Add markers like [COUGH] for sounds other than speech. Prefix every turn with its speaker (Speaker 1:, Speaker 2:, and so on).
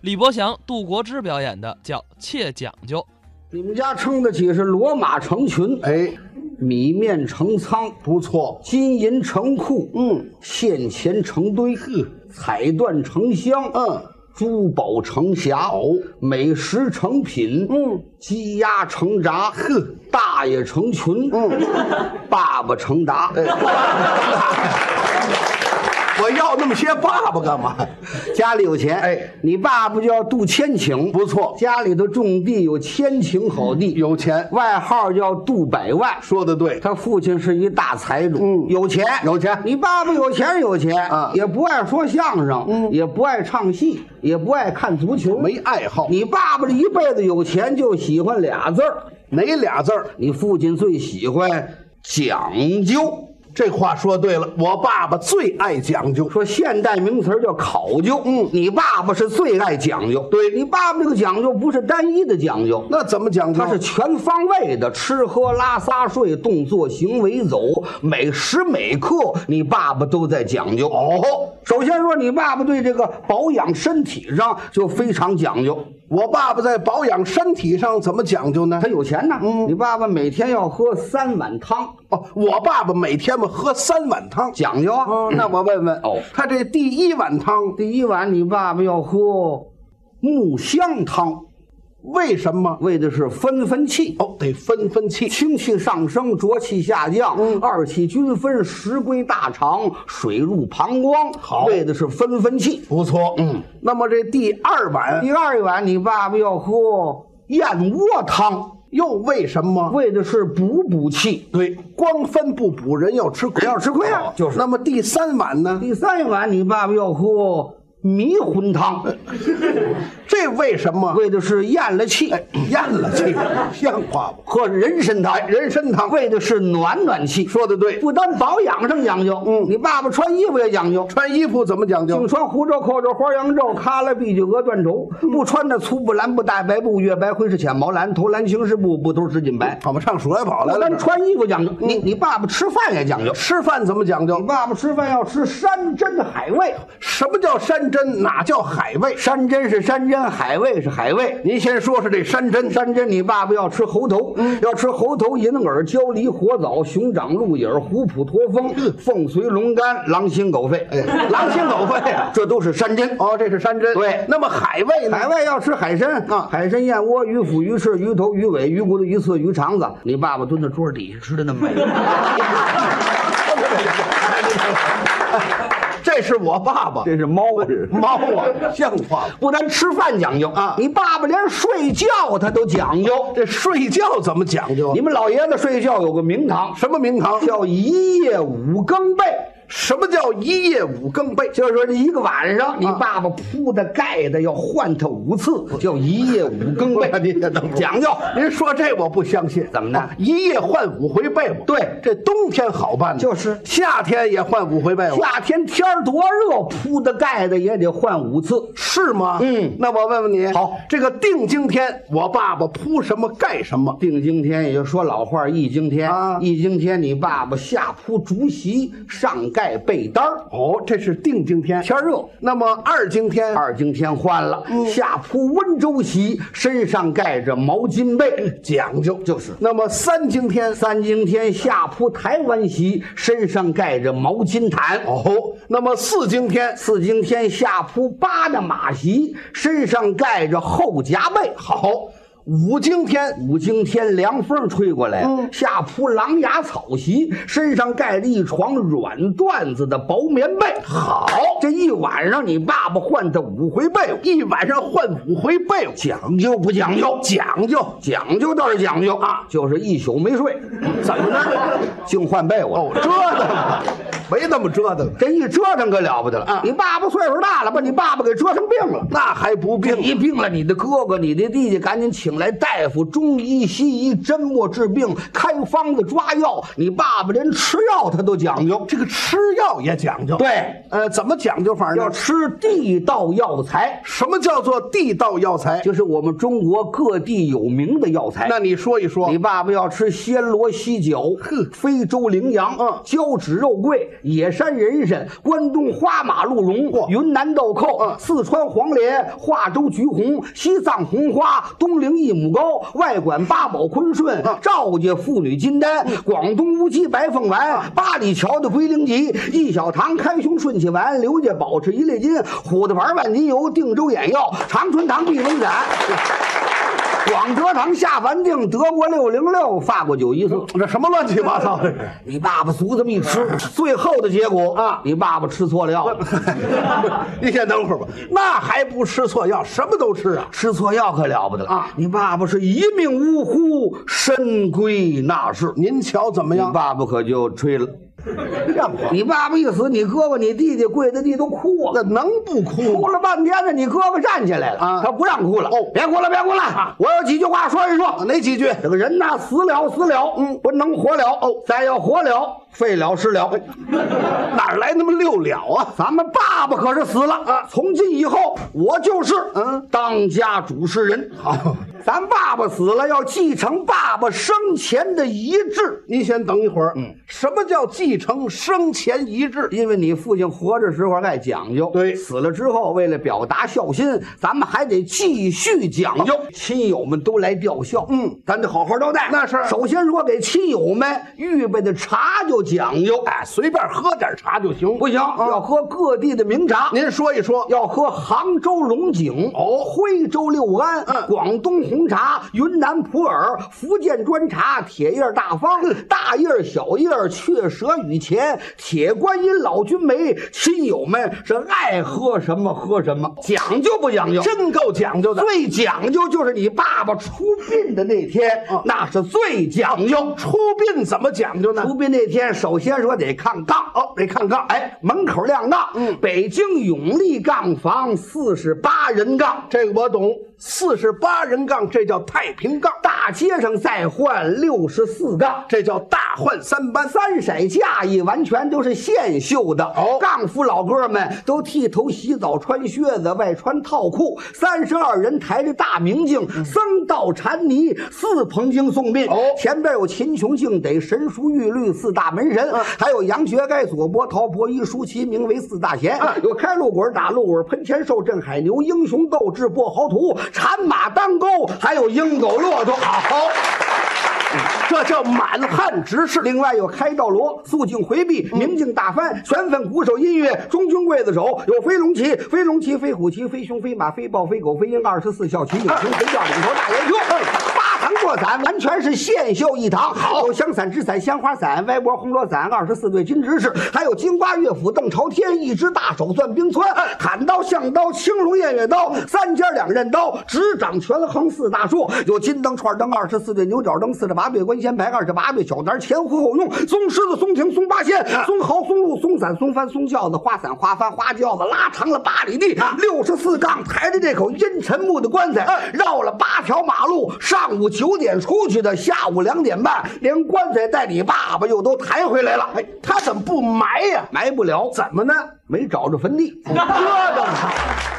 Speaker 1: 李伯祥、杜国之表演的叫《切讲究》。
Speaker 2: 你们家称得起是骡马成群，
Speaker 3: 哎，
Speaker 2: 米面成仓，
Speaker 3: 不错，
Speaker 2: 金银成库，
Speaker 3: 嗯，
Speaker 2: 现钱成堆，
Speaker 3: 呵，
Speaker 2: 彩缎成箱，
Speaker 3: 嗯，
Speaker 2: 珠宝成匣，
Speaker 3: 哦
Speaker 2: 美食成品，
Speaker 3: 嗯，
Speaker 2: 鸡鸭成闸，
Speaker 3: 呵，
Speaker 2: 大爷成群，嗯，爸爸成达，
Speaker 3: 哎
Speaker 2: [LAUGHS]
Speaker 3: 我要那么些爸爸干嘛？
Speaker 2: 家里有钱，
Speaker 3: 哎，
Speaker 2: 你爸爸叫杜千顷，
Speaker 3: 不错
Speaker 2: 家里头种地有千顷好地，
Speaker 3: 有钱，
Speaker 2: 外号叫杜百万。
Speaker 3: 说的对，
Speaker 2: 他父亲是一大财主，
Speaker 3: 嗯
Speaker 2: 有钱，
Speaker 3: 有钱
Speaker 2: 你爸爸有钱有钱
Speaker 3: 啊
Speaker 2: 也不爱说相声，嗯，也不爱唱戏，也不爱看足球，
Speaker 3: 没。爱好，
Speaker 2: 你爸爸这一辈子有钱就喜欢俩字儿，
Speaker 3: 哪俩字儿？
Speaker 2: 你父亲最喜欢讲究。
Speaker 3: 这话说对了，我爸爸最爱讲究，
Speaker 2: 说现代名词儿叫考究，嗯，你爸爸是最爱讲究，
Speaker 3: 对
Speaker 2: 你爸爸这个讲究不是单一的讲究，
Speaker 3: 那怎么讲究？
Speaker 2: 他是全方位的，吃喝拉撒睡，动作行为走，每时每刻你爸爸都在讲究。哦，首先说你爸爸对这个保养身体上就非常讲究。
Speaker 3: 我爸爸在保养身体上怎么讲究呢
Speaker 2: 他？有钱呢，
Speaker 3: 嗯
Speaker 2: 你爸爸每天要喝三碗汤，
Speaker 3: 哦，我爸爸每天嘛喝三碗汤。
Speaker 2: 讲究啊。
Speaker 3: 哦，那我问问，
Speaker 2: 哦
Speaker 3: 他这第一碗汤
Speaker 2: 第一碗你爸爸要喝木香汤，
Speaker 3: 为什么？
Speaker 2: 为的是分分气。
Speaker 3: 哦，得分分气。
Speaker 2: 清气上升，浊气下降，
Speaker 3: 嗯
Speaker 2: 二气均分，食归大肠，水入膀胱。
Speaker 3: 好
Speaker 2: 为的是分分气。
Speaker 3: 不错，嗯。那么这第二碗
Speaker 2: 第二碗，你爸爸要喝燕窝汤，
Speaker 3: 又为什么？
Speaker 2: 为的是补补气。
Speaker 3: 对，光分不补，人要吃亏，
Speaker 2: 要吃亏啊
Speaker 3: 哦
Speaker 2: 就是
Speaker 3: 那么第三碗呢？
Speaker 2: 第三碗，你爸爸要喝迷魂汤，
Speaker 3: 这为什么？
Speaker 2: 为的是咽了气。
Speaker 3: 哎，咽了这个像话吗？
Speaker 2: 喝人参汤，人参汤为的是暖暖气。
Speaker 3: 说的对，
Speaker 2: 不单保养上讲究，
Speaker 3: 嗯
Speaker 2: 你爸爸穿衣服也讲究。
Speaker 3: 穿衣服怎么讲
Speaker 2: 净
Speaker 3: 究？
Speaker 2: 穿胡诌、扣诌、花洋皱、卡拉、碧九鹅、缎绸，不穿那粗布蓝布、大白布、月白、灰是浅毛蓝、头蓝青石布，布头十锦白。
Speaker 3: 好嘛，上数来宝
Speaker 2: 不
Speaker 3: 来了这
Speaker 2: 单
Speaker 3: 儿。
Speaker 2: 穿衣服讲究，你你爸爸吃饭也讲究。
Speaker 3: 吃饭怎么讲究？
Speaker 2: 爸爸吃饭要吃山珍海味，
Speaker 3: 什么叫山珍？哪叫海味？
Speaker 2: 山珍是山珍，海味是海味。
Speaker 3: 您先说说这山珍。
Speaker 2: 山珍，你爸爸要吃猴头，要吃猴头、银耳、焦梨、火枣、熊掌、鹿眼、虎脯、驼峰、凤髓、龙肝、狼心狗肺。
Speaker 3: 哎，狼心狗肺啊！
Speaker 2: 这都是山珍。
Speaker 3: 哦，这是山珍。
Speaker 2: 对
Speaker 3: 那么海味呢？
Speaker 2: 海外要吃海参
Speaker 3: 啊
Speaker 2: 海参、燕窝、鱼腹、鱼翅、鱼头、鱼尾、鱼骨头、鱼刺、鱼肠子。你爸爸蹲在桌底下吃的那么美，
Speaker 3: [LAUGHS] 这是我爸爸，
Speaker 2: 是猫是
Speaker 3: 猫啊，像话吗？
Speaker 2: [LAUGHS] 不单吃饭讲究
Speaker 3: 啊
Speaker 2: 你爸爸连睡觉他都讲究。
Speaker 3: 这睡觉怎么讲究啊？
Speaker 2: 你们老爷子睡觉有个名堂，
Speaker 3: 什么名堂？
Speaker 2: 叫一夜五更被。
Speaker 3: 什么叫一夜五更被？。
Speaker 2: 就是说，这一个晚上，你爸爸铺的、盖的要换他五次，叫一夜五 [LAUGHS] 更被
Speaker 3: 您先等会儿
Speaker 2: 讲究，
Speaker 3: 您说这我不相信，
Speaker 2: 怎么呢
Speaker 3: 啊一夜换五回被窝。
Speaker 2: 对
Speaker 3: 这冬天好办呢，
Speaker 2: 就是
Speaker 3: 夏天也换五回被窝，
Speaker 2: 夏天天儿多热，铺的、盖的也得换五次。
Speaker 3: 是吗？
Speaker 2: 嗯
Speaker 3: 那我问问你，
Speaker 2: 好
Speaker 3: 这个定经天，我爸爸铺什么盖什么？
Speaker 2: 定经天，也就说老话儿易经天
Speaker 3: 啊
Speaker 2: 易经天，你爸爸下铺竹席，上盖被单儿。
Speaker 3: 哦，这是定经天。
Speaker 2: 天热，
Speaker 3: 那么二经天，嗯
Speaker 2: 二经天换了，下铺温州席，身上盖着毛巾被。
Speaker 3: 讲究
Speaker 2: 就是
Speaker 3: 那么三经天，
Speaker 2: 三经天下铺台湾席，身上盖着毛巾毯。
Speaker 3: 哦，那么四经天，
Speaker 2: 四经天下铺八的马席，身上盖着厚夹被。
Speaker 3: 好，五经天，
Speaker 2: 五经天凉风吹过来，下铺狼牙草席，身上盖着一床软缎子的薄棉被。好，这一晚上你爸爸换他五回被，
Speaker 3: 一晚上换五回被窝，
Speaker 2: 讲究不讲究？
Speaker 3: 讲究。
Speaker 2: 讲究倒是讲究啊，就是一宿没睡，怎么呢？净换被窝。
Speaker 3: 哦，折腾，没那么折腾，
Speaker 2: 这一折腾可了不得了
Speaker 3: 啊
Speaker 2: 你爸爸岁数大了，把你爸爸给折腾病了。
Speaker 3: 那还不病啊
Speaker 2: 一病了，你的哥哥、你的弟弟赶紧请来大夫，中医、西医、针墨治病，开方子、抓药。你爸爸连吃药他都讲究，
Speaker 3: 这个吃药也讲究。，
Speaker 2: 对，
Speaker 3: 呃，怎么讲究法呢
Speaker 2: 要？吃地道药材，
Speaker 3: 什么叫做地道药材？
Speaker 2: 就是我们中国各地有名的药材。
Speaker 3: 那你说一说
Speaker 2: 你。爸爸要吃暹罗犀角，非洲羚羊，
Speaker 3: 嗯
Speaker 2: 交趾肉桂，野山人参、关东花马鹿茸、云南豆蔻、
Speaker 3: 嗯
Speaker 2: 四川黄连、化州橘红、西藏红花、东陵益母膏、外馆八宝坤顺、
Speaker 3: 嗯
Speaker 2: 赵家妇女金丹、广东乌鸡白凤丸、
Speaker 3: 嗯
Speaker 2: 八里桥的龟苓集、一小堂开胸顺气丸、刘家保持一类金、虎子牌万金油、定州眼药、长春堂避风散。广德堂下凡定，德国六零六，法国九一四。
Speaker 3: 这什么乱七八糟的？这 [LAUGHS] 是
Speaker 2: 你爸爸俗这么一吃，最后的结果
Speaker 3: 啊
Speaker 2: 你爸爸吃错药了，
Speaker 3: [LAUGHS] 你先等会儿吧，那还不吃错药，什么都吃啊？
Speaker 2: 吃错药可了不得了
Speaker 3: 啊
Speaker 2: 你爸爸是一命呜呼，深归那是。
Speaker 3: 您瞧怎么
Speaker 2: 你
Speaker 3: 样？
Speaker 2: 爸爸可就吹了，
Speaker 3: [LAUGHS] 让我
Speaker 2: 你爸爸一死，你哥哥、你弟弟跪在地都哭啊
Speaker 3: 那。能不哭
Speaker 2: 哭了半天呢，你哥哥站起来了
Speaker 3: 啊
Speaker 2: 他不让哭了。
Speaker 3: 哦啊
Speaker 2: 别哭了，别哭了，我有几句话说一说。
Speaker 3: 哪几句？
Speaker 2: 这个人呐，死了死了，嗯，不能活了哦，咱要活了，废了是了。
Speaker 3: 哎哪儿来那么六了啊？
Speaker 2: 咱们爸爸可是死了啊！从今以后，我就是嗯当家主持人。
Speaker 3: 哦
Speaker 2: 好， [LAUGHS] 咱爸爸死了，要继承爸爸生前的遗志。
Speaker 3: 您先等一会儿。嗯，什么叫继承生前遗志？
Speaker 2: 因为你父亲活着时候爱讲究，
Speaker 3: 对
Speaker 2: 死了之后为了表达孝心，咱们还得继续讲究。
Speaker 3: 哦
Speaker 2: 亲友们都来吊孝，嗯，咱得好好招待。
Speaker 3: 那是
Speaker 2: 首先说给亲友们预备的茶就讲究，
Speaker 3: 哎，随便喝点茶就行。
Speaker 2: 不行，要喝各地的名茶。
Speaker 3: 您说一说，
Speaker 2: 要喝杭州龙井
Speaker 3: 哦
Speaker 2: 徽州六安，
Speaker 3: 嗯
Speaker 2: 广东红茶，云南普洱，福建砖茶，铁叶大方，大叶儿小叶儿，雀舌雨前，铁观音老君梅，亲友们是爱喝什么喝什么，讲究不讲究？
Speaker 3: 真够讲究的。
Speaker 2: 最讲究就是你爸爸出殡的那天，
Speaker 3: 嗯
Speaker 2: 那是最讲究。
Speaker 3: 出殡怎么讲究呢？
Speaker 2: 出殡那天，首先说得看杠哦，得看杠。哎，门口亮杠。嗯，北京永利杠房四十八人杠，
Speaker 3: 这个我懂，四十八人杠，这叫太平杠，
Speaker 2: 大街上再换六十四杠。
Speaker 3: 这叫大换三班。
Speaker 2: 三色嫁衣完全都是现绣的，
Speaker 3: 哦
Speaker 2: 杠夫老哥们都剃头、洗澡、穿靴子，外穿套裤。三十二人抬着大明镜，僧道禅尼四捧经送殡。
Speaker 3: 哦
Speaker 2: 前边有秦琼、敬得、神书玉律四大门神，还有杨学该、左伯、陶伯、一舒淇，名为四大贤。有开路滚、打路滚、喷钱、受镇海牛、英雄斗志、破豪图、产马当钩，还有鹰狗骆驼。啊好。
Speaker 3: 这叫满汉直视。
Speaker 2: 另外有开道锣、肃静回避、明镜大幡、旋粉鼓手音乐、中军刽子手，有飞龙旗、飞龙旗、飞虎旗、飞熊、飞马、飞豹、飞狗、飞鹰，二十四孝旗，九星飞轿，领头大元凶。八堂过伞，完全是现绣一堂。好，有香伞、纸伞、鲜花伞、歪脖红罗伞，二十四对金枝式，还有金瓜乐府、邓朝天，一只大手攥冰川，砍刀、象刀、青龙偃月刀，三尖两刃刀，执掌权衡四大术，有金灯、串灯、二十四对牛角灯、四十八对观弦牌、二十八对小篮、前呼后拥、松狮子、松亭、松八仙、
Speaker 3: 啊
Speaker 2: 松毫、松露、松伞、松帆、松轿子、花伞、花帆、花轿子，拉长了八里地，
Speaker 3: 啊
Speaker 2: 六十四杠抬着这口阴沉木的棺材，
Speaker 3: 嗯
Speaker 2: 绕了八条马路，上午九点出去的，下午两点半，连棺材带你爸爸又都抬回来了，
Speaker 3: 哎，他怎么不埋呀、
Speaker 2: 埋不了，
Speaker 3: 怎么呢？ [LAUGHS]
Speaker 2: 没找着坟地。
Speaker 3: 折腾他！